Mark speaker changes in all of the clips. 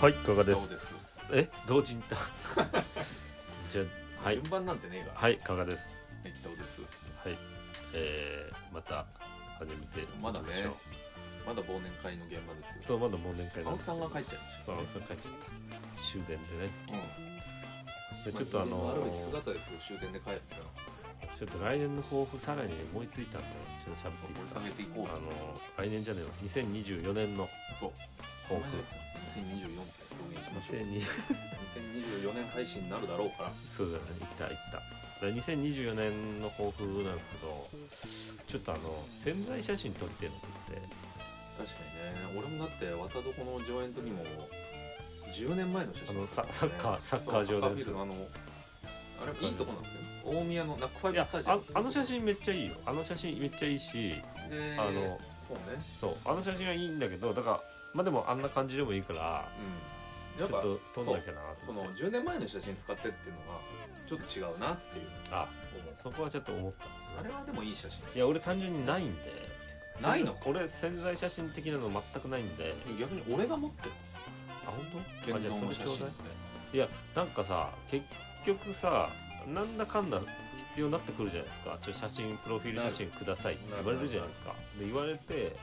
Speaker 1: はい、加賀で。
Speaker 2: どうです
Speaker 1: え、同時に言った。 じゃあ、はい
Speaker 2: 順、番なんてねえが、
Speaker 1: はい、加賀です。
Speaker 2: 適当です
Speaker 1: はい、えー、また始めていき
Speaker 2: まだ
Speaker 1: まし
Speaker 2: ね
Speaker 1: ょう。
Speaker 2: まだ忘年会の現場です
Speaker 1: そう、まだ忘年会なん
Speaker 2: 青木
Speaker 1: です。
Speaker 2: さんが帰っちゃいました
Speaker 1: そう、青木さん帰っちゃった。終電でね。でちょっとあ
Speaker 2: ま
Speaker 1: の
Speaker 2: あるべき姿ですよ終電で帰ったら
Speaker 1: ちょっと来年の抱負さらに思いついたんで、ちょっと喋っていいですか
Speaker 2: 盛り下げていこ
Speaker 1: あ
Speaker 2: う
Speaker 1: の、来年じゃねえよ、2024年の
Speaker 2: そう
Speaker 1: 抱負。
Speaker 2: 2024って表現しましょう
Speaker 1: 2020
Speaker 2: 2024年配信になるだろうから
Speaker 1: そうだね、いったいった。だから2024年の抱負なんですけど、ちょっとあの、潜在写真撮りてるのって、
Speaker 2: 確かにね俺もだって渡床の上演の時も10年前の写真
Speaker 1: あの
Speaker 2: ですからね
Speaker 1: ササッカーサッカー
Speaker 2: そうサッ
Speaker 1: 場
Speaker 2: カーフ
Speaker 1: で
Speaker 2: ィー
Speaker 1: す
Speaker 2: ルドあの
Speaker 1: サッカー
Speaker 2: あれいいとこなんですね大宮のナックファイ
Speaker 1: い
Speaker 2: ブ
Speaker 1: や
Speaker 2: スタジア
Speaker 1: あ
Speaker 2: ム
Speaker 1: あの写真めっちゃいいよあの写真めっちゃいいし
Speaker 2: で
Speaker 1: あの
Speaker 2: そうね
Speaker 1: そうあの写真はいいんだけどだからまあでもあんな感じでもいいから
Speaker 2: うん
Speaker 1: ち
Speaker 2: や
Speaker 1: ょ
Speaker 2: っ
Speaker 1: っと
Speaker 2: ぱ
Speaker 1: 撮んなきゃなと
Speaker 2: そ
Speaker 1: 思
Speaker 2: の
Speaker 1: って
Speaker 2: 10年前の写真使ってっていうのがちょっと違うなっていう
Speaker 1: あ
Speaker 2: 思う
Speaker 1: そこはちょっと思ったんです
Speaker 2: あれ
Speaker 1: ね
Speaker 2: はでもいい写真
Speaker 1: いや俺単純にないんで
Speaker 2: ないの
Speaker 1: これ潜在写真的なの全くないんで
Speaker 2: 逆に俺が持ってる
Speaker 1: あ本当あ
Speaker 2: 現
Speaker 1: じゃあ
Speaker 2: 存
Speaker 1: そ
Speaker 2: の
Speaker 1: れ
Speaker 2: 写
Speaker 1: ちょうだ
Speaker 2: 真
Speaker 1: いいやなんかさ結局さなんだかんだ必要になってくるじゃないですかちょ写真プロフィール写真くださいって言われるじゃないですかで言われて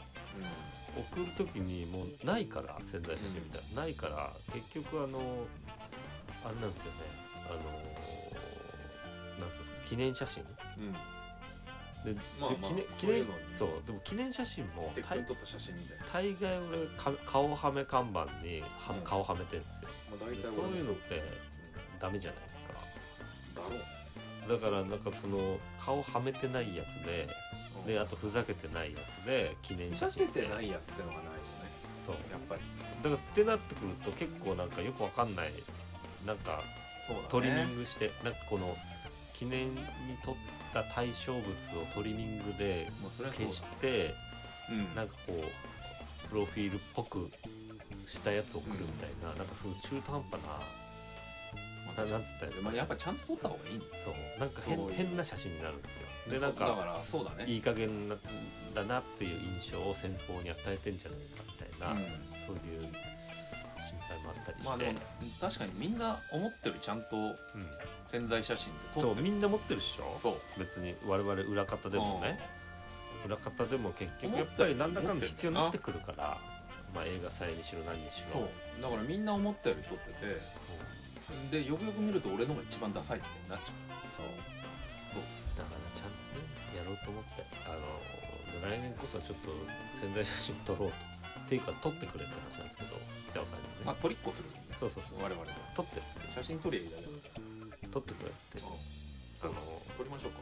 Speaker 1: 送る時にもうないから潜在写真みたいな、ないから結局あのあれなんですよねあのなんつうんですか記念写真で,
Speaker 2: うんうん
Speaker 1: で、
Speaker 2: まあまあ
Speaker 1: 記念記
Speaker 2: そうい
Speaker 1: 念
Speaker 2: うの
Speaker 1: そうでも記念写真も
Speaker 2: 適当に
Speaker 1: 大
Speaker 2: 撮った写真みたいな
Speaker 1: 大概俺か顔はめ看板には
Speaker 2: うん
Speaker 1: 顔はめてるんですよ、
Speaker 2: まあ大
Speaker 1: で
Speaker 2: 体
Speaker 1: そう
Speaker 2: 俺
Speaker 1: いう
Speaker 2: も
Speaker 1: のってダメじゃないですか
Speaker 2: だろう
Speaker 1: だからなんかその顔はめてないやつで
Speaker 2: うん
Speaker 1: であとふざけてないやつで記念
Speaker 2: ふ
Speaker 1: 写
Speaker 2: ざ
Speaker 1: 真
Speaker 2: け
Speaker 1: って
Speaker 2: てないやつってのがないよね
Speaker 1: そう
Speaker 2: やっぱり
Speaker 1: だからってなってくると結構なんかよくわかんないなんか
Speaker 2: そうだね
Speaker 1: トリミングして、なんかこの記念に撮った対象物をトリミングで
Speaker 2: まあそれはそう
Speaker 1: 消
Speaker 2: だ
Speaker 1: して
Speaker 2: うん
Speaker 1: なんかこうプロフィールっぽくしたやつを送るみたいな、なんかそういう中途半端
Speaker 2: まあ
Speaker 1: な、
Speaker 2: 確
Speaker 1: な
Speaker 2: か
Speaker 1: んつったんで
Speaker 2: に
Speaker 1: す
Speaker 2: ま
Speaker 1: か
Speaker 2: あやっぱちゃんと撮った方がいいね
Speaker 1: そうなんか変
Speaker 2: そういう
Speaker 1: 変な写真になるんですよでなん
Speaker 2: そうだ
Speaker 1: か
Speaker 2: からそうだね
Speaker 1: いい加減なだなっていう印象を先方に与えてんじゃないかみたいな、
Speaker 2: うん
Speaker 1: そういう心配もあったりして、
Speaker 2: まあでも確かにみんな思ってるちゃんと
Speaker 1: うん
Speaker 2: 潜在写真で撮
Speaker 1: そ
Speaker 2: っ
Speaker 1: うみんな持ってるっしょ
Speaker 2: そう
Speaker 1: 別に我々裏方でもね、裏方でも結局やっぱりなんだかんだ必要になってくるから、まあ、映画祭にしろ何にし
Speaker 2: そ
Speaker 1: ろ
Speaker 2: うだからみんな思ったより撮っててでよくよく見ると俺のが一番ダサいってなっちゃう
Speaker 1: そう
Speaker 2: そう
Speaker 1: だからちゃんとねやろうと思ってあの来年こそはちょっと潜在写真撮ろうとっていうか撮ってくれって話なんですけど北尾さんにね、
Speaker 2: まあトリックをするよね
Speaker 1: そうそうそう
Speaker 2: 我々で
Speaker 1: 撮って
Speaker 2: 写真撮りゃいいだけだか
Speaker 1: 撮ってくれって
Speaker 2: ら
Speaker 1: あ
Speaker 2: そう
Speaker 1: の
Speaker 2: 撮りましょう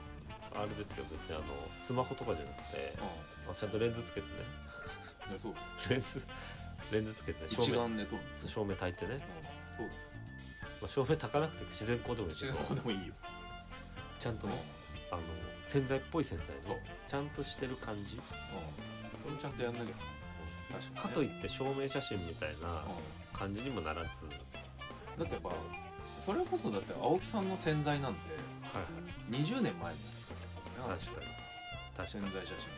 Speaker 2: か
Speaker 1: あれですよ別にあのスマホとかじゃなくて、
Speaker 2: う
Speaker 1: あちゃんとレンズつけて
Speaker 2: んい
Speaker 1: ね
Speaker 2: やそう
Speaker 1: レンズレンズつけて照
Speaker 2: 一
Speaker 1: 明
Speaker 2: 眼で撮る
Speaker 1: 照明焚いて
Speaker 2: う
Speaker 1: ね
Speaker 2: んそう
Speaker 1: まあ、照明たかなくて自然光でもいいけ
Speaker 2: 一
Speaker 1: ど
Speaker 2: 眼でもいいよ
Speaker 1: ちゃんとね、
Speaker 2: う
Speaker 1: あの洗剤っぽい洗剤
Speaker 2: そう
Speaker 1: ねちゃんとしてる感じ、
Speaker 2: んこれちゃんとやんなきゃ確
Speaker 1: か
Speaker 2: か
Speaker 1: と
Speaker 2: に
Speaker 1: い
Speaker 2: ね
Speaker 1: って照明写真みたいな感じにもならず、
Speaker 2: うんだってやっぱそれこそだって青木さんの洗剤なんて
Speaker 1: はい
Speaker 2: 20年前に使ってたからね
Speaker 1: 確か
Speaker 2: 潜
Speaker 1: に確かに
Speaker 2: 在写真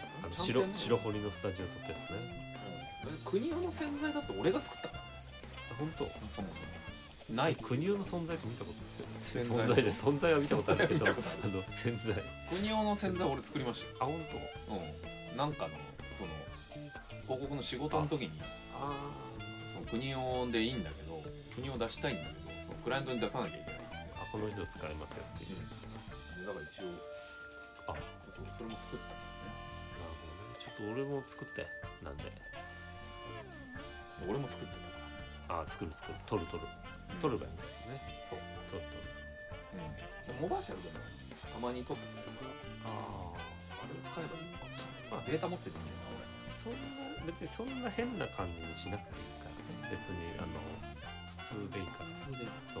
Speaker 2: が
Speaker 1: 確かにあの
Speaker 2: ちゃんとやん
Speaker 1: 白
Speaker 2: ない
Speaker 1: 白堀のスタジオ撮ったやつね
Speaker 2: 国用の洗剤だって俺が作ったから
Speaker 1: あ本当
Speaker 2: そもそもない
Speaker 1: 国男の存在って見たことです
Speaker 2: 洗
Speaker 1: よ
Speaker 2: 剤
Speaker 1: 存在で存在は見たことあるけ ど
Speaker 2: 存在
Speaker 1: あ
Speaker 2: は見たこと
Speaker 1: の洗剤
Speaker 2: 国用の洗剤俺作りまし
Speaker 1: あ本当
Speaker 2: たようんなんかのその広告の仕事の時に
Speaker 1: あ
Speaker 2: その国用でいいんだけど国用出したいんだけどそのクライアントに出さなきゃいけないって
Speaker 1: ーあこの人使えますよっていう、
Speaker 2: いう、だから一応
Speaker 1: あなる
Speaker 2: そうそれも作ったんで
Speaker 1: ほどねちょっと俺も作ってなんで
Speaker 2: すね俺も作ってたか
Speaker 1: あ作る作る撮る撮る
Speaker 2: ら
Speaker 1: 撮れ
Speaker 2: ば
Speaker 1: ばいいんだよね
Speaker 2: そう
Speaker 1: 撮る撮
Speaker 2: う
Speaker 1: る
Speaker 2: んでモバーシャルでもたまに撮ってくれるから
Speaker 1: あ
Speaker 2: あれを使えばいいのかもしれない、
Speaker 1: まあ
Speaker 2: データ持ってるんだよな俺
Speaker 1: あそんな別にそんな変な感じにしなくていいからね別にあの普通でいいから
Speaker 2: 普通で
Speaker 1: そ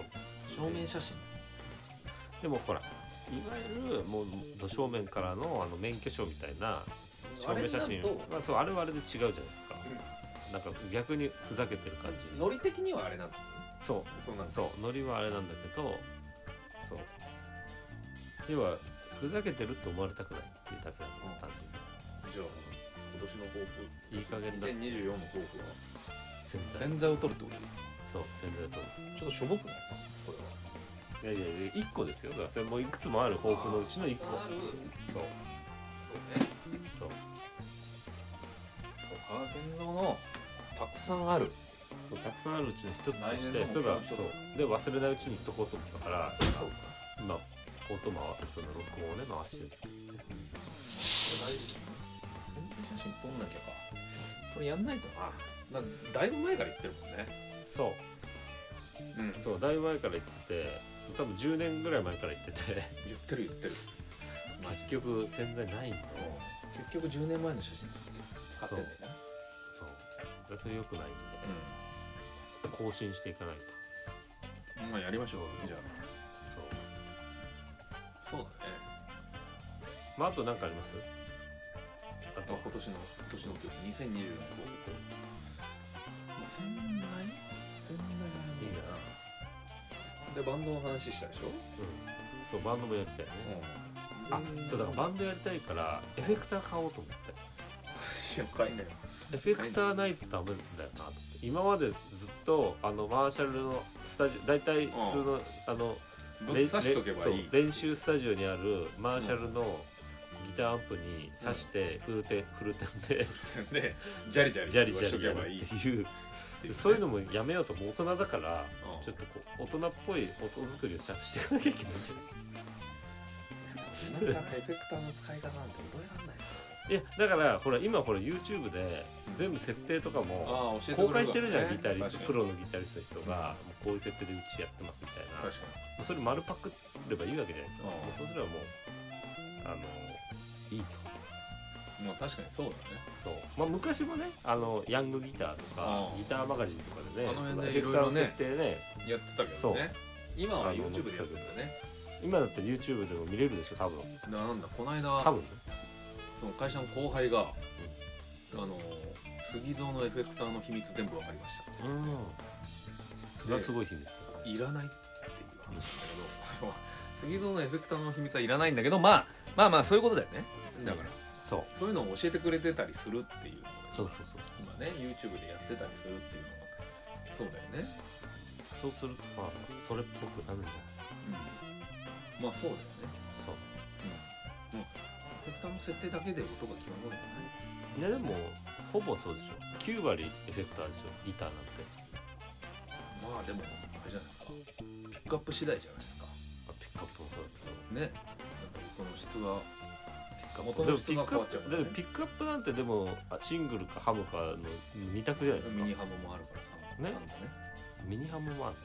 Speaker 2: 照
Speaker 1: う
Speaker 2: 明写真
Speaker 1: でもほらいわゆるもうど正面からのあの免許証みたいな証明写
Speaker 2: あれ
Speaker 1: 真
Speaker 2: だと
Speaker 1: まあ、そうあれはあれで違うじゃないですか、なんか逆にふざけてる感じ
Speaker 2: ノリ的にはあれなんだ
Speaker 1: そう
Speaker 2: そうなんです
Speaker 1: そうノリはあれなんだけどそう要はふざけてると思われたくないっていうだけなんだ単純に
Speaker 2: じゃあ今年の抱負
Speaker 1: いい加減だ
Speaker 2: 2024の抱負は
Speaker 1: 洗剤
Speaker 2: 洗剤を取るってことですか
Speaker 1: そう洗剤と
Speaker 2: ちょっとしょぼくないそれはい
Speaker 1: やいやいや1個ですよだからそれもいくつもある抱負のうちの1個
Speaker 3: ある
Speaker 1: そ
Speaker 3: そう
Speaker 1: う
Speaker 3: ね
Speaker 1: そう
Speaker 2: そう加賀健三のたくさんある
Speaker 1: そうたくさんあるうちの1つと
Speaker 2: 来
Speaker 1: し
Speaker 2: 年の目
Speaker 1: てそれ
Speaker 2: 標
Speaker 1: が
Speaker 2: の一つ
Speaker 1: そうで忘れないうちにいっとこうと思ったから
Speaker 3: そうか
Speaker 1: 今音回その録音をね回してるんですけど
Speaker 3: 大事
Speaker 2: 宣伝写真撮んなきゃかそれやんないとななんかだいぶ前から言ってるもんね
Speaker 1: そう
Speaker 2: うん
Speaker 1: そうだいぶ前から言ってて多分10年ぐらい前から言ってて
Speaker 2: 言ってる言ってる
Speaker 1: 結局洗剤ないんだよ
Speaker 2: 結局10年前の写真作って使ってんだよね
Speaker 1: そうだからそれ良くないんで更新していかないと
Speaker 2: うんまあやりましょうじゃあそ
Speaker 1: そう
Speaker 2: うだね
Speaker 1: まああと何かありますあ
Speaker 2: あと
Speaker 1: と
Speaker 2: は今年の今年の曲2024年の抱負まあ潜在潜
Speaker 1: いい
Speaker 2: 在
Speaker 1: な
Speaker 2: がでバンドの話したでしょ、
Speaker 1: うんそうバンドもやりたいね、
Speaker 2: う
Speaker 1: あそうだからバンドやりたいからエフェクター買おうと思って
Speaker 2: 心配ね
Speaker 1: エフェクターないとダメだよなって今までずっとあのマーシャルのスタジオ大体普通の、あの
Speaker 2: ぶっ刺しとけばい
Speaker 1: そう
Speaker 2: い
Speaker 1: 練習スタジオにあるマーシャルのギターアンプに挿してフルテンフルテンで
Speaker 2: でジャリジャリ
Speaker 1: ジャリジ
Speaker 2: しと
Speaker 1: ャリ
Speaker 2: け
Speaker 1: やる
Speaker 2: ばいいっ
Speaker 1: っていう
Speaker 2: ていう
Speaker 1: そういうのもやめようともう大人だから
Speaker 2: うん
Speaker 1: ちょっとこう大人っぽい音作りをしていかなきゃいけないんじゃない
Speaker 2: 皆さんエフェクターの使い方なんて覚えらんない
Speaker 1: いやだからほら今ほら YouTube で全部設定とかも
Speaker 2: ああ教えて
Speaker 1: 公開してるじゃんギ
Speaker 2: く
Speaker 1: タ
Speaker 2: れる
Speaker 1: リ
Speaker 2: からね
Speaker 1: ストプロのギタリストの人がもうこういう設定でうちやってますみたいな
Speaker 2: 確かに
Speaker 1: それ丸パクればいいわけじゃないです
Speaker 2: う
Speaker 1: か
Speaker 2: ん
Speaker 1: もうそうすればもうあのいいと
Speaker 2: 確かにまあ確かにそうだね
Speaker 1: そうまあ昔もねあのヤングギターとか
Speaker 2: うん
Speaker 1: ギターマガジンとかで
Speaker 2: あ
Speaker 1: ね
Speaker 2: の辺
Speaker 1: その
Speaker 2: ね
Speaker 1: エフェクターの設定ね
Speaker 2: やってたけ
Speaker 1: そ
Speaker 2: ど
Speaker 1: う
Speaker 2: ね今は
Speaker 1: あの
Speaker 2: YouTube でやるんだね
Speaker 1: 今だって YouTube でも見れるでしょ多分
Speaker 2: ななんだこの間
Speaker 1: 多分ね
Speaker 2: その会社の後輩が、あの杉蔵のエフェクターの秘密全部わかりました
Speaker 1: うんそれはすごい秘密だね
Speaker 2: いらないっていう話なんだけど 杉蔵のエフェクターの秘密はいらないんだけど、まあ、まあまあそういうことだよねだから
Speaker 1: そう
Speaker 2: そういうのを教えてくれてたりするっていうのが
Speaker 1: そうそうそう
Speaker 2: 今ね YouTube でやってたりするっていうのがそうだよね
Speaker 1: そうするとまあそれっぽくなるんじゃない
Speaker 2: まあそうだよね
Speaker 1: そう
Speaker 2: うんもうエフェクターの設定だけで音が決まるわけじゃないですよ
Speaker 1: いやでもほぼそうでしょ9割エフェクターでしょギターなんて
Speaker 2: まあでもあれじゃないですかピックアップ次第じゃないですか
Speaker 1: あピックアップもそうだけど
Speaker 2: ねなんか音の質がピックアップ
Speaker 1: で
Speaker 2: の
Speaker 1: も
Speaker 2: 質
Speaker 1: ピッ
Speaker 2: が
Speaker 1: ク
Speaker 2: 変
Speaker 1: ア
Speaker 2: わっちゃ
Speaker 1: ッ
Speaker 2: う
Speaker 1: プ
Speaker 2: から
Speaker 1: で
Speaker 2: ね
Speaker 1: もピックアップなんてでもあシングルかハムかの2択じゃないですか
Speaker 2: ミニハムもあるからさ
Speaker 1: ね
Speaker 2: さんとね
Speaker 1: ミニハムもある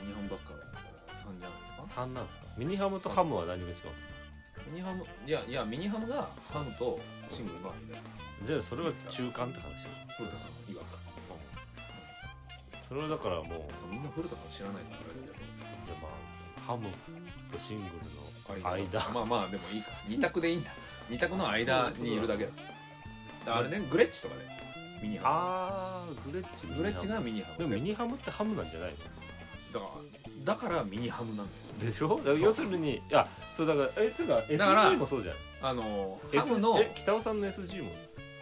Speaker 2: ミニハムばっかはだから3じゃないですか
Speaker 1: の3なんですかミニハムとハムは何が違うんですか
Speaker 2: ミニハムいやいやミニハムがハムとシングルの間
Speaker 1: じゃあそれは中間って話
Speaker 2: 古田さんの曰く
Speaker 1: それはだからもうじゃ
Speaker 2: みんな古田さん知らないからあれだけ
Speaker 1: あまあハムとシングル
Speaker 2: ど
Speaker 1: の間
Speaker 2: まあまあでもいいか2択でいいんだ2択の間にいるだけだあれねグレッチとかねミニハ
Speaker 1: あーグレッチミ
Speaker 2: ム
Speaker 1: ニハム
Speaker 2: グレッチがミニハム
Speaker 1: でもミニハムってハムなんじゃない
Speaker 2: だからだからミニハムなんだよ
Speaker 1: のでしょだから要するにいやそうだからえつうか
Speaker 2: だから
Speaker 1: SG もそうじゃない
Speaker 2: あの
Speaker 1: S
Speaker 2: ハムの
Speaker 1: え北尾さんの SG も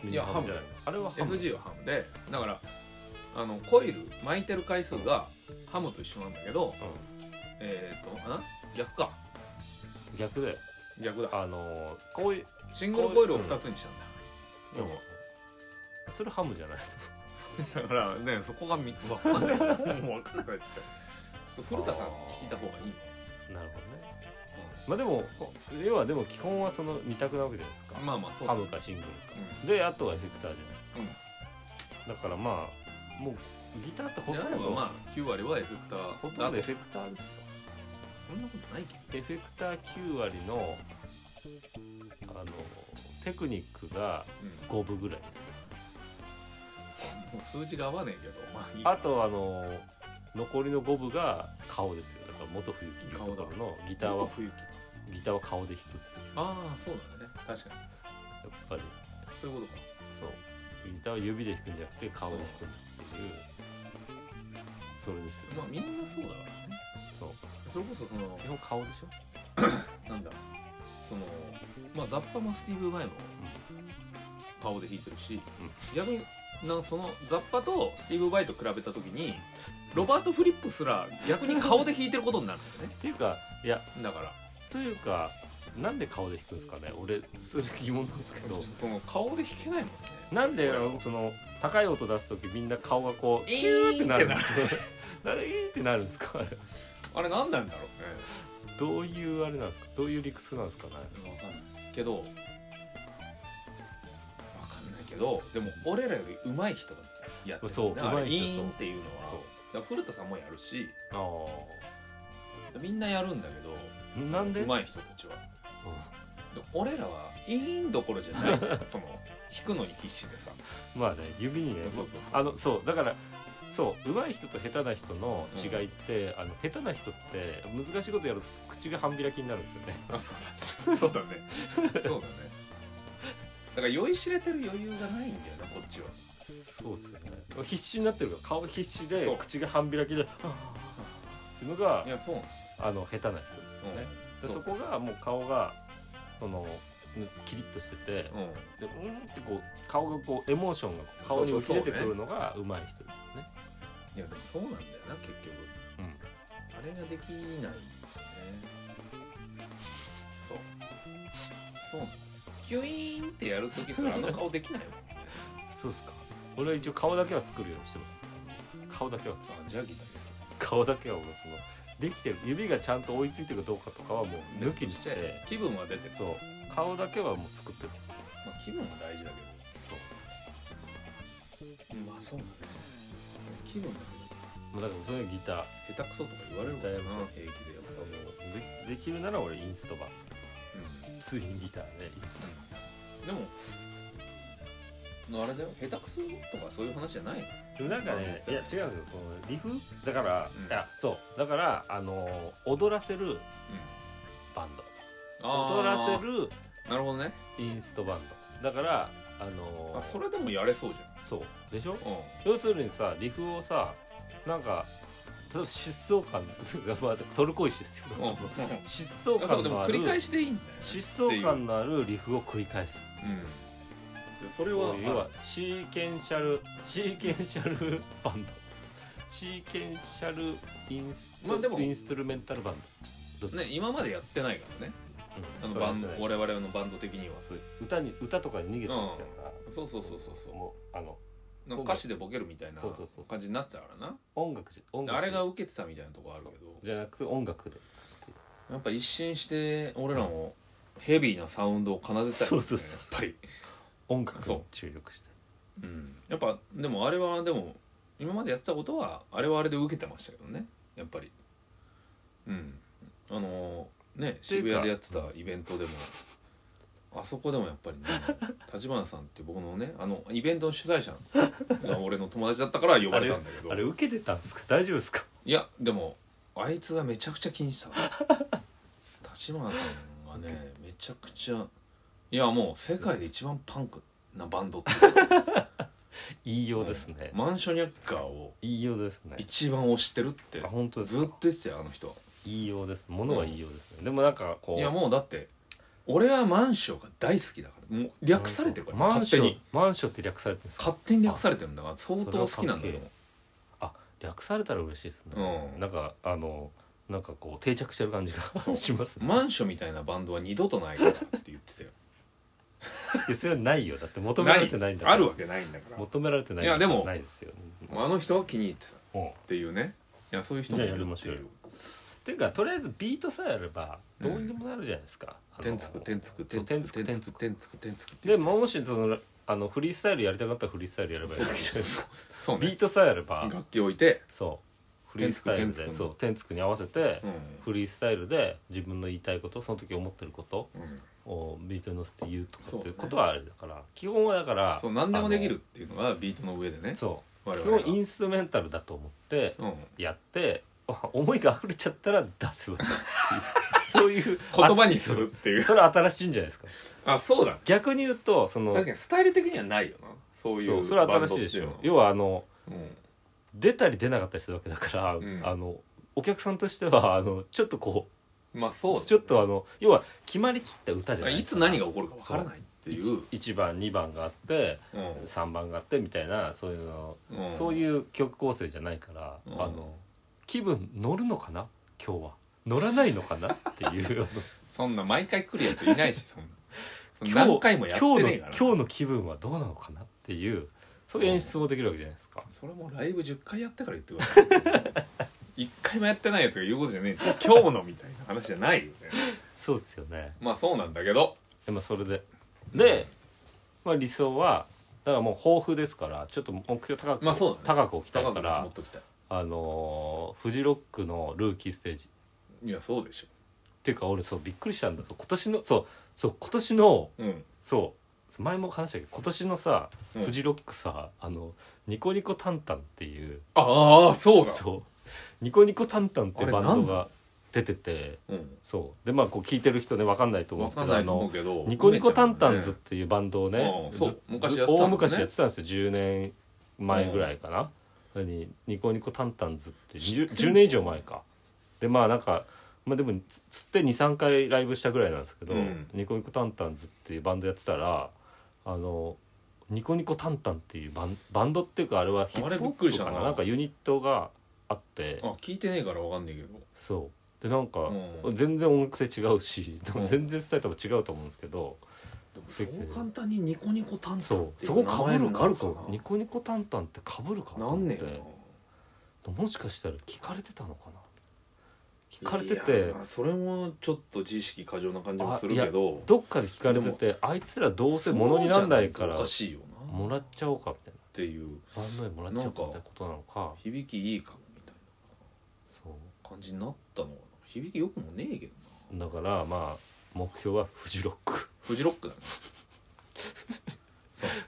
Speaker 1: ミニハムじゃない
Speaker 2: い
Speaker 1: あれはハム
Speaker 2: SG はハムでだからあのコイル巻いてる回数がハムと一緒なんだけど
Speaker 1: う
Speaker 2: えっ、とん逆か
Speaker 1: ん逆だよ
Speaker 2: 逆だ
Speaker 1: あのーこういう
Speaker 2: シングルコイルを2つにしたんだ、
Speaker 1: でもそれハムじゃない
Speaker 2: だからねそこがみ分かんないもう分かんなくなっちゃったちょっと古田さん聞いた方がいいね、
Speaker 1: なるほどねまあでもこ要はでも基本はその2択なわけじゃないですか
Speaker 2: まあまあそう
Speaker 1: ハ
Speaker 2: だ
Speaker 1: ムかシングルかであとはエフェクターじゃないですか、だからまあもうギターってほ
Speaker 2: ほ
Speaker 1: と
Speaker 2: と
Speaker 1: ん
Speaker 2: ん
Speaker 1: ど、
Speaker 2: どまあ9割はエフェクター
Speaker 1: ほとんど
Speaker 2: だ
Speaker 1: エ
Speaker 2: って
Speaker 1: フェクターですよ
Speaker 2: そんなことないけど
Speaker 1: エフェクター9割のあのテクニックが
Speaker 2: うん
Speaker 1: 5分ぐらいですよ
Speaker 2: もう数字が合わねえけどまあいいか
Speaker 1: あとあの残りの5分が顔ですよだから元冬木のところのギターは
Speaker 2: 元冬木
Speaker 1: ギターは顔で弾くっていう
Speaker 2: ああそうだね確かに
Speaker 1: やっぱり
Speaker 2: そういうことか
Speaker 1: そうギターは指で弾くんじゃなくて顔で弾くんだっていうそれですよ
Speaker 2: まあみんなそうだからね
Speaker 1: そう
Speaker 2: それこそその
Speaker 1: 基本顔でしょ
Speaker 2: なんだそのまあザッパもスティーブ・バイも顔で弾いてるし、
Speaker 1: うん
Speaker 2: 逆になんかその雑把とスティーブ・ワイと比べた時にロバート・フリップすら逆に顔で弾いてることになるんだよね
Speaker 1: っていうかいや
Speaker 2: だから
Speaker 1: というかなんで顔で弾くんですかね俺それ疑問なんですけど
Speaker 2: その顔で弾けないもんね
Speaker 1: なんで
Speaker 2: これは
Speaker 1: その高い音出す時みんな顔がこう
Speaker 2: えー
Speaker 1: キューってなるんですよあれいいってなるんですかあれ
Speaker 2: あれ何なんだろ
Speaker 1: どういうあれなんですかどういう理屈なんですかね
Speaker 2: うね分かんないけど分かんないけどでも俺らより上手い人がやってる
Speaker 1: そう
Speaker 2: あ
Speaker 1: 上
Speaker 2: れ
Speaker 1: 手い人
Speaker 2: イ
Speaker 1: そう
Speaker 2: ーンっていうのは
Speaker 1: そう
Speaker 2: だから古田さんもやるし
Speaker 1: あ
Speaker 2: みんなやるんだけど
Speaker 1: あなんで
Speaker 2: 上手い人たちは
Speaker 1: うん
Speaker 2: で俺らはイーンどころじゃないじ ゃんその弾くのに必死でさ
Speaker 1: まあね指にね
Speaker 2: そうそうそう
Speaker 1: あのそうだからそう上手い人と下手な人の違いって、あの下手な人って難しいことやると口が半開きになるんですよね
Speaker 2: あそうだそうだねそうだねだから酔いしれてる余裕がないんだよなこっちは
Speaker 1: そうっすよね必死になってるから顔必死で
Speaker 2: そう
Speaker 1: 口が半開きで「はあはあはあっていうのが
Speaker 2: いやそうな
Speaker 1: あの下手な人ですよ
Speaker 2: の
Speaker 1: ね、で
Speaker 2: そ
Speaker 1: そうこがもう顔がそのキリッとしてて、で
Speaker 2: うん
Speaker 1: うんってこう顔がこうエモーションがこう顔に浮き出てくるのが上手い人ですよね
Speaker 2: いやでもそうなんだよな結局
Speaker 1: うん
Speaker 2: あれができないんだよねそうそうなんだよキュイーンってやるときすらあの顔でき ないもんね
Speaker 1: そうですか俺は一応顔だけは作るようにしてます顔だけは
Speaker 2: あじゃあギターです
Speaker 1: 顔だけは俺そのできてる指がちゃんと追いついてるかどうかとかはもう抜きにして
Speaker 2: 気分は出てる、
Speaker 1: そう顔だけはもう作ってる
Speaker 2: まあ、気分は大事だけど
Speaker 1: そう
Speaker 2: まあそうだね気分だけ
Speaker 1: もうだからとにかくギターあ
Speaker 2: ど下手くそとか言われるからな
Speaker 1: 下手
Speaker 2: 平気でやったら
Speaker 1: のでできるなら俺インスト版ツインギターねインス
Speaker 2: でもあれだよ下手くそとかそういう話じゃないよ
Speaker 1: トでもなんかねいや違うんですよそのリフだから、
Speaker 2: うん
Speaker 1: いやそうだからあのー踊らせるバンド踊らせる
Speaker 2: なるほどね
Speaker 1: インストバンドだからあのー
Speaker 2: あそれでもやれそうじゃ
Speaker 1: そうでしょ
Speaker 2: んうん
Speaker 1: 要するにさリフをさなんか例えば疾走感 まあソルコイシですよ、
Speaker 2: うん
Speaker 1: 疾走
Speaker 2: そう
Speaker 1: 感
Speaker 2: で
Speaker 1: の
Speaker 2: も
Speaker 1: あ
Speaker 2: 繰
Speaker 1: る
Speaker 2: り返しでいいんだよ
Speaker 1: 疾走感のあるリフを繰り返す
Speaker 2: うんでそれ
Speaker 1: 要
Speaker 2: は
Speaker 1: はシーケンシャルシーケンシャルバンドシーケンシャルインス,、
Speaker 2: まあでも
Speaker 1: インストゥルメンタルバンドどう
Speaker 2: ね今までやってないからねあの
Speaker 1: バ
Speaker 2: バ
Speaker 1: ン
Speaker 2: ン
Speaker 1: ド
Speaker 2: ド我々のバンド的には
Speaker 1: 歌に歌とかに逃げてるやつやから、
Speaker 2: そうそうそうそうそう
Speaker 1: もうあの
Speaker 2: なんか歌詞でボケるみたいな
Speaker 1: そうそうそうそう
Speaker 2: 感じになっちゃうからな
Speaker 1: 音楽じ音
Speaker 2: で
Speaker 1: 楽
Speaker 2: あれが受けてたみたいなとこあるけど
Speaker 1: じゃなくて音楽で
Speaker 2: やっぱ一新して俺らもヘビーなサウンドを奏でたいです
Speaker 1: そ
Speaker 2: ね
Speaker 1: うそう
Speaker 2: や
Speaker 1: そ
Speaker 2: っぱり、
Speaker 1: 音楽
Speaker 2: そう
Speaker 1: に注力して
Speaker 2: うん、やっぱでもあれはでも今までやってたことはあれはあれで受けてましたけどねやっぱりうんあのーね渋谷でやってたイベントでもあそこでもやっぱ りね立花さんって僕のねあのイベントの主催者が俺の友達だったから呼ばれたんだけ
Speaker 1: あれ
Speaker 2: ど
Speaker 1: 受けてたんですか大丈夫ですか
Speaker 2: いやでもあいつがめちゃくちゃ気にしてた立花さんがねめちゃくちゃいやもう世界で一番パンクなバンドって
Speaker 1: 言いようですね、
Speaker 2: マンショニャッカーを
Speaker 1: 言いようですね
Speaker 2: 一番推してるって
Speaker 1: あ本当です
Speaker 2: ずっ
Speaker 1: か
Speaker 2: と言ってたよあの人
Speaker 1: 言いようですものは言いようですね、でもなんかこう
Speaker 2: いやもうだって俺はマンションが大好きだからもう略されてるから
Speaker 1: マン
Speaker 2: 勝
Speaker 1: シ
Speaker 2: 手
Speaker 1: ョ
Speaker 2: に
Speaker 1: ンマンションって略されてるんですか
Speaker 2: 勝手に略されてるんだから相当好きなんだけ
Speaker 1: それはか
Speaker 2: ど
Speaker 1: っあ略されたら嬉しいですね、
Speaker 2: うん
Speaker 1: なんかあのなんかこう定着してる感じがしますね、
Speaker 2: マンションみたいなバンドは二度とないからって言ってたよ
Speaker 1: いやそれはないよだって求められてないんだから
Speaker 2: あるわけないんだから
Speaker 1: 求められてない
Speaker 2: いやでも
Speaker 1: ないですよ、うん
Speaker 2: あの人は気に入ってたっ
Speaker 1: うん、って
Speaker 2: いうねいやそういう人もいるっ
Speaker 1: いやいや面
Speaker 2: て
Speaker 1: 白
Speaker 2: い
Speaker 1: いうていうかとりあえずビートさえあればどうにでもなるじゃないですか、あの
Speaker 2: 天つく天つく
Speaker 1: そう
Speaker 2: 天つく
Speaker 1: 天竺
Speaker 2: 天つく天つく天つく
Speaker 1: でもしそのあのフリースタイルやりたかったらフリースタイルやればいいわけじゃないですか
Speaker 2: そう
Speaker 1: ビー
Speaker 2: ね
Speaker 1: トさえあれば
Speaker 2: 楽器置いて
Speaker 1: そうフリースタイル
Speaker 2: 天竺天竺
Speaker 1: で
Speaker 2: の
Speaker 1: そう天竺に合わせて、
Speaker 2: うん
Speaker 1: フリースタイルで自分の言いたいことその時思ってること
Speaker 2: うん
Speaker 1: をビートに乗せて言うとか
Speaker 2: そう
Speaker 1: って
Speaker 2: ね
Speaker 1: いうことはあれだから、基本はだから
Speaker 2: そう何でもできるっていうのがビートの上で
Speaker 1: あ
Speaker 2: ね
Speaker 1: のそう
Speaker 2: 我
Speaker 1: 基
Speaker 2: 々は
Speaker 1: 本インストゥルメンタルだと思って
Speaker 2: うん
Speaker 1: やって、あ思いが溢れちゃったら出すわ そういう
Speaker 2: 言葉にするってい
Speaker 1: あ
Speaker 2: う
Speaker 1: それ新しいんじゃないですか
Speaker 2: あそうだ
Speaker 1: 逆に言うとその
Speaker 2: だけどスタイル的にはないよなそうい
Speaker 1: そううそれは新しいでしょ要はあの
Speaker 2: う
Speaker 1: 出たり出なかったりするわけだから、
Speaker 2: ん
Speaker 1: あのお客さんとしてはあのちょっとこ
Speaker 2: んまあそうう
Speaker 1: ちょっとあの要は決まりきった歌じゃない
Speaker 2: いつ何が起こるかわからないっていう、
Speaker 1: 1番2番があって
Speaker 2: うん
Speaker 1: 3番があってみたいなそういうの、
Speaker 2: うん、
Speaker 1: そう
Speaker 2: う
Speaker 1: いう曲構成じゃないから、
Speaker 2: うん
Speaker 1: あの気分乗るのかな今日は乗らないのかなっていう
Speaker 2: そんな毎回来るやついないしそんなそん
Speaker 1: 今
Speaker 2: な
Speaker 1: 日
Speaker 2: 何回もやって
Speaker 1: 今日の
Speaker 2: ねえから
Speaker 1: 今日の気分はどうなのかなっていうそういう演出もできるわけじゃないですか。
Speaker 2: それもライブ10回やってから言ってください一回もやってないやつが言うことじゃねえ今日のみたいな話じゃないよね
Speaker 1: そうっすよね
Speaker 2: まあそうなんだけど
Speaker 1: でまあそれでで、まあ、理想はだからもう豊富ですからちょっと目標高く、
Speaker 2: まあそうだね
Speaker 1: 高く置きたい
Speaker 2: 高
Speaker 1: か
Speaker 2: く見
Speaker 1: ら
Speaker 2: 積もっときたい
Speaker 1: あのーフジロックのルーキーステージっ
Speaker 2: いやそうでし
Speaker 1: ていうか俺そうびっくりしたんだそう今年のそうそう今年の
Speaker 2: ょうん
Speaker 1: そう前も話したけど今年のさ、
Speaker 2: うん
Speaker 1: フジロックさあのニコニコタンタンっていう
Speaker 2: ああそうだ
Speaker 1: そうニコニコタンタンって
Speaker 2: あれ
Speaker 1: バン
Speaker 2: な
Speaker 1: ド
Speaker 2: んだ
Speaker 1: が出てて
Speaker 2: うん
Speaker 1: そうでまあこう聞いてる人ね分かんないと思う
Speaker 2: わ
Speaker 1: んで
Speaker 2: か
Speaker 1: すけ
Speaker 2: ん
Speaker 1: ど
Speaker 2: な
Speaker 1: あ
Speaker 2: いと思
Speaker 1: の
Speaker 2: うけど
Speaker 1: ニコニコタンタンズっ
Speaker 2: ね
Speaker 1: ていうバンドをね、
Speaker 2: うんそう
Speaker 1: ず
Speaker 2: 昔
Speaker 1: ず
Speaker 2: やってたんだね
Speaker 1: 大昔やってたんですよ10年前ぐらいかな、にニコニコタンタンズって
Speaker 2: 知っ
Speaker 1: 10,
Speaker 2: てる
Speaker 1: 10年以上前かでまあなんか、まあ、でもつつって23回ライブしたぐらいなんですけど、
Speaker 2: うん
Speaker 1: ニコニコタンタンズっていうバンドやってたらあのニコニコタンタンっていうバンバンドっていうかあれはヒッ
Speaker 2: あれ
Speaker 1: プ
Speaker 2: び
Speaker 1: ホ
Speaker 2: っ
Speaker 1: ッ
Speaker 2: くりし
Speaker 1: プ
Speaker 2: た
Speaker 1: か
Speaker 2: な
Speaker 1: ななんかユニットがあって
Speaker 2: あ聞いてねえからわかんねえけど
Speaker 1: そうでなんか
Speaker 2: うん
Speaker 1: 全然音楽性違うし、でも
Speaker 2: うん
Speaker 1: 全然スタイルも違うと思うんですけど、
Speaker 2: でもそう簡単にニコニコタンタンっ
Speaker 1: そう
Speaker 2: てい
Speaker 1: そこかぶ
Speaker 2: 名前
Speaker 1: る
Speaker 2: に
Speaker 1: か
Speaker 2: な
Speaker 1: る
Speaker 2: る
Speaker 1: かニコニコタンタンってかぶるかと
Speaker 2: なな
Speaker 1: 思
Speaker 2: ん
Speaker 1: っ
Speaker 2: ね
Speaker 1: て
Speaker 2: えよ
Speaker 1: もしかしたら聞かれてたのかな聞
Speaker 2: な
Speaker 1: かれて
Speaker 2: い
Speaker 1: て
Speaker 2: やそれもちょっと自意識過剰な感じもするけど
Speaker 1: どっかで聞かれててあいつらどうせ物になんないから
Speaker 2: そうじゃとおかしいよなっ
Speaker 1: もらっちゃおうかみたい
Speaker 2: ていう
Speaker 1: なバンドにもらっちゃおうかみたいなことなのか
Speaker 2: 響きいいかもみたい
Speaker 1: そう
Speaker 2: な感じになったのかな響きよくもねえけどな
Speaker 1: だからまあ目標はフジロック
Speaker 2: フジロックだね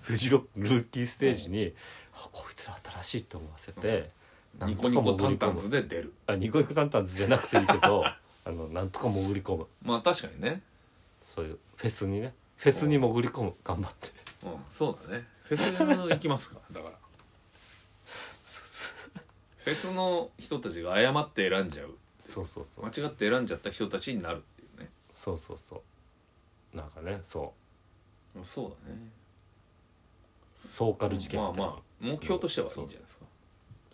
Speaker 1: フジロックルーキーステージに、あこいつら新しいって思わせて、なん
Speaker 2: ニ
Speaker 1: とか
Speaker 2: コニコタンタン
Speaker 1: 潜り込
Speaker 2: ズ
Speaker 1: む
Speaker 2: で出る
Speaker 1: あニコニコタンタンズじゃなくていいけど あのなんとか潜り込む
Speaker 2: まあ確かにね
Speaker 1: そういうフェスにねフェスに潜り込む頑張って
Speaker 2: うんそうだねフェス行きます かだからフェスの人たちが誤って選んじゃう
Speaker 1: そうそうそう
Speaker 2: 間違って選んじゃった人たちになるっていうね
Speaker 1: そうそうそうなんかねそ
Speaker 2: そうだね
Speaker 1: うソーカル事件
Speaker 2: ま
Speaker 1: み
Speaker 2: あ
Speaker 1: たいな、
Speaker 2: まあ目標としてはいいんじゃないですか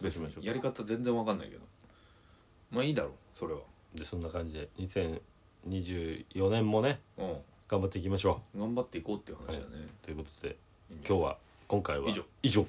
Speaker 1: 別にしよう
Speaker 2: やり方全然わかんないけどまあいいだろうそれは
Speaker 1: でそんな感じで2024年もね
Speaker 2: う
Speaker 1: 頑張っていきましょ
Speaker 2: ん頑張っていこうっていう話だね
Speaker 1: うというこ
Speaker 2: いいんじゃない
Speaker 1: とで
Speaker 2: ですか
Speaker 1: 今日は今回は
Speaker 2: 以上
Speaker 1: 以上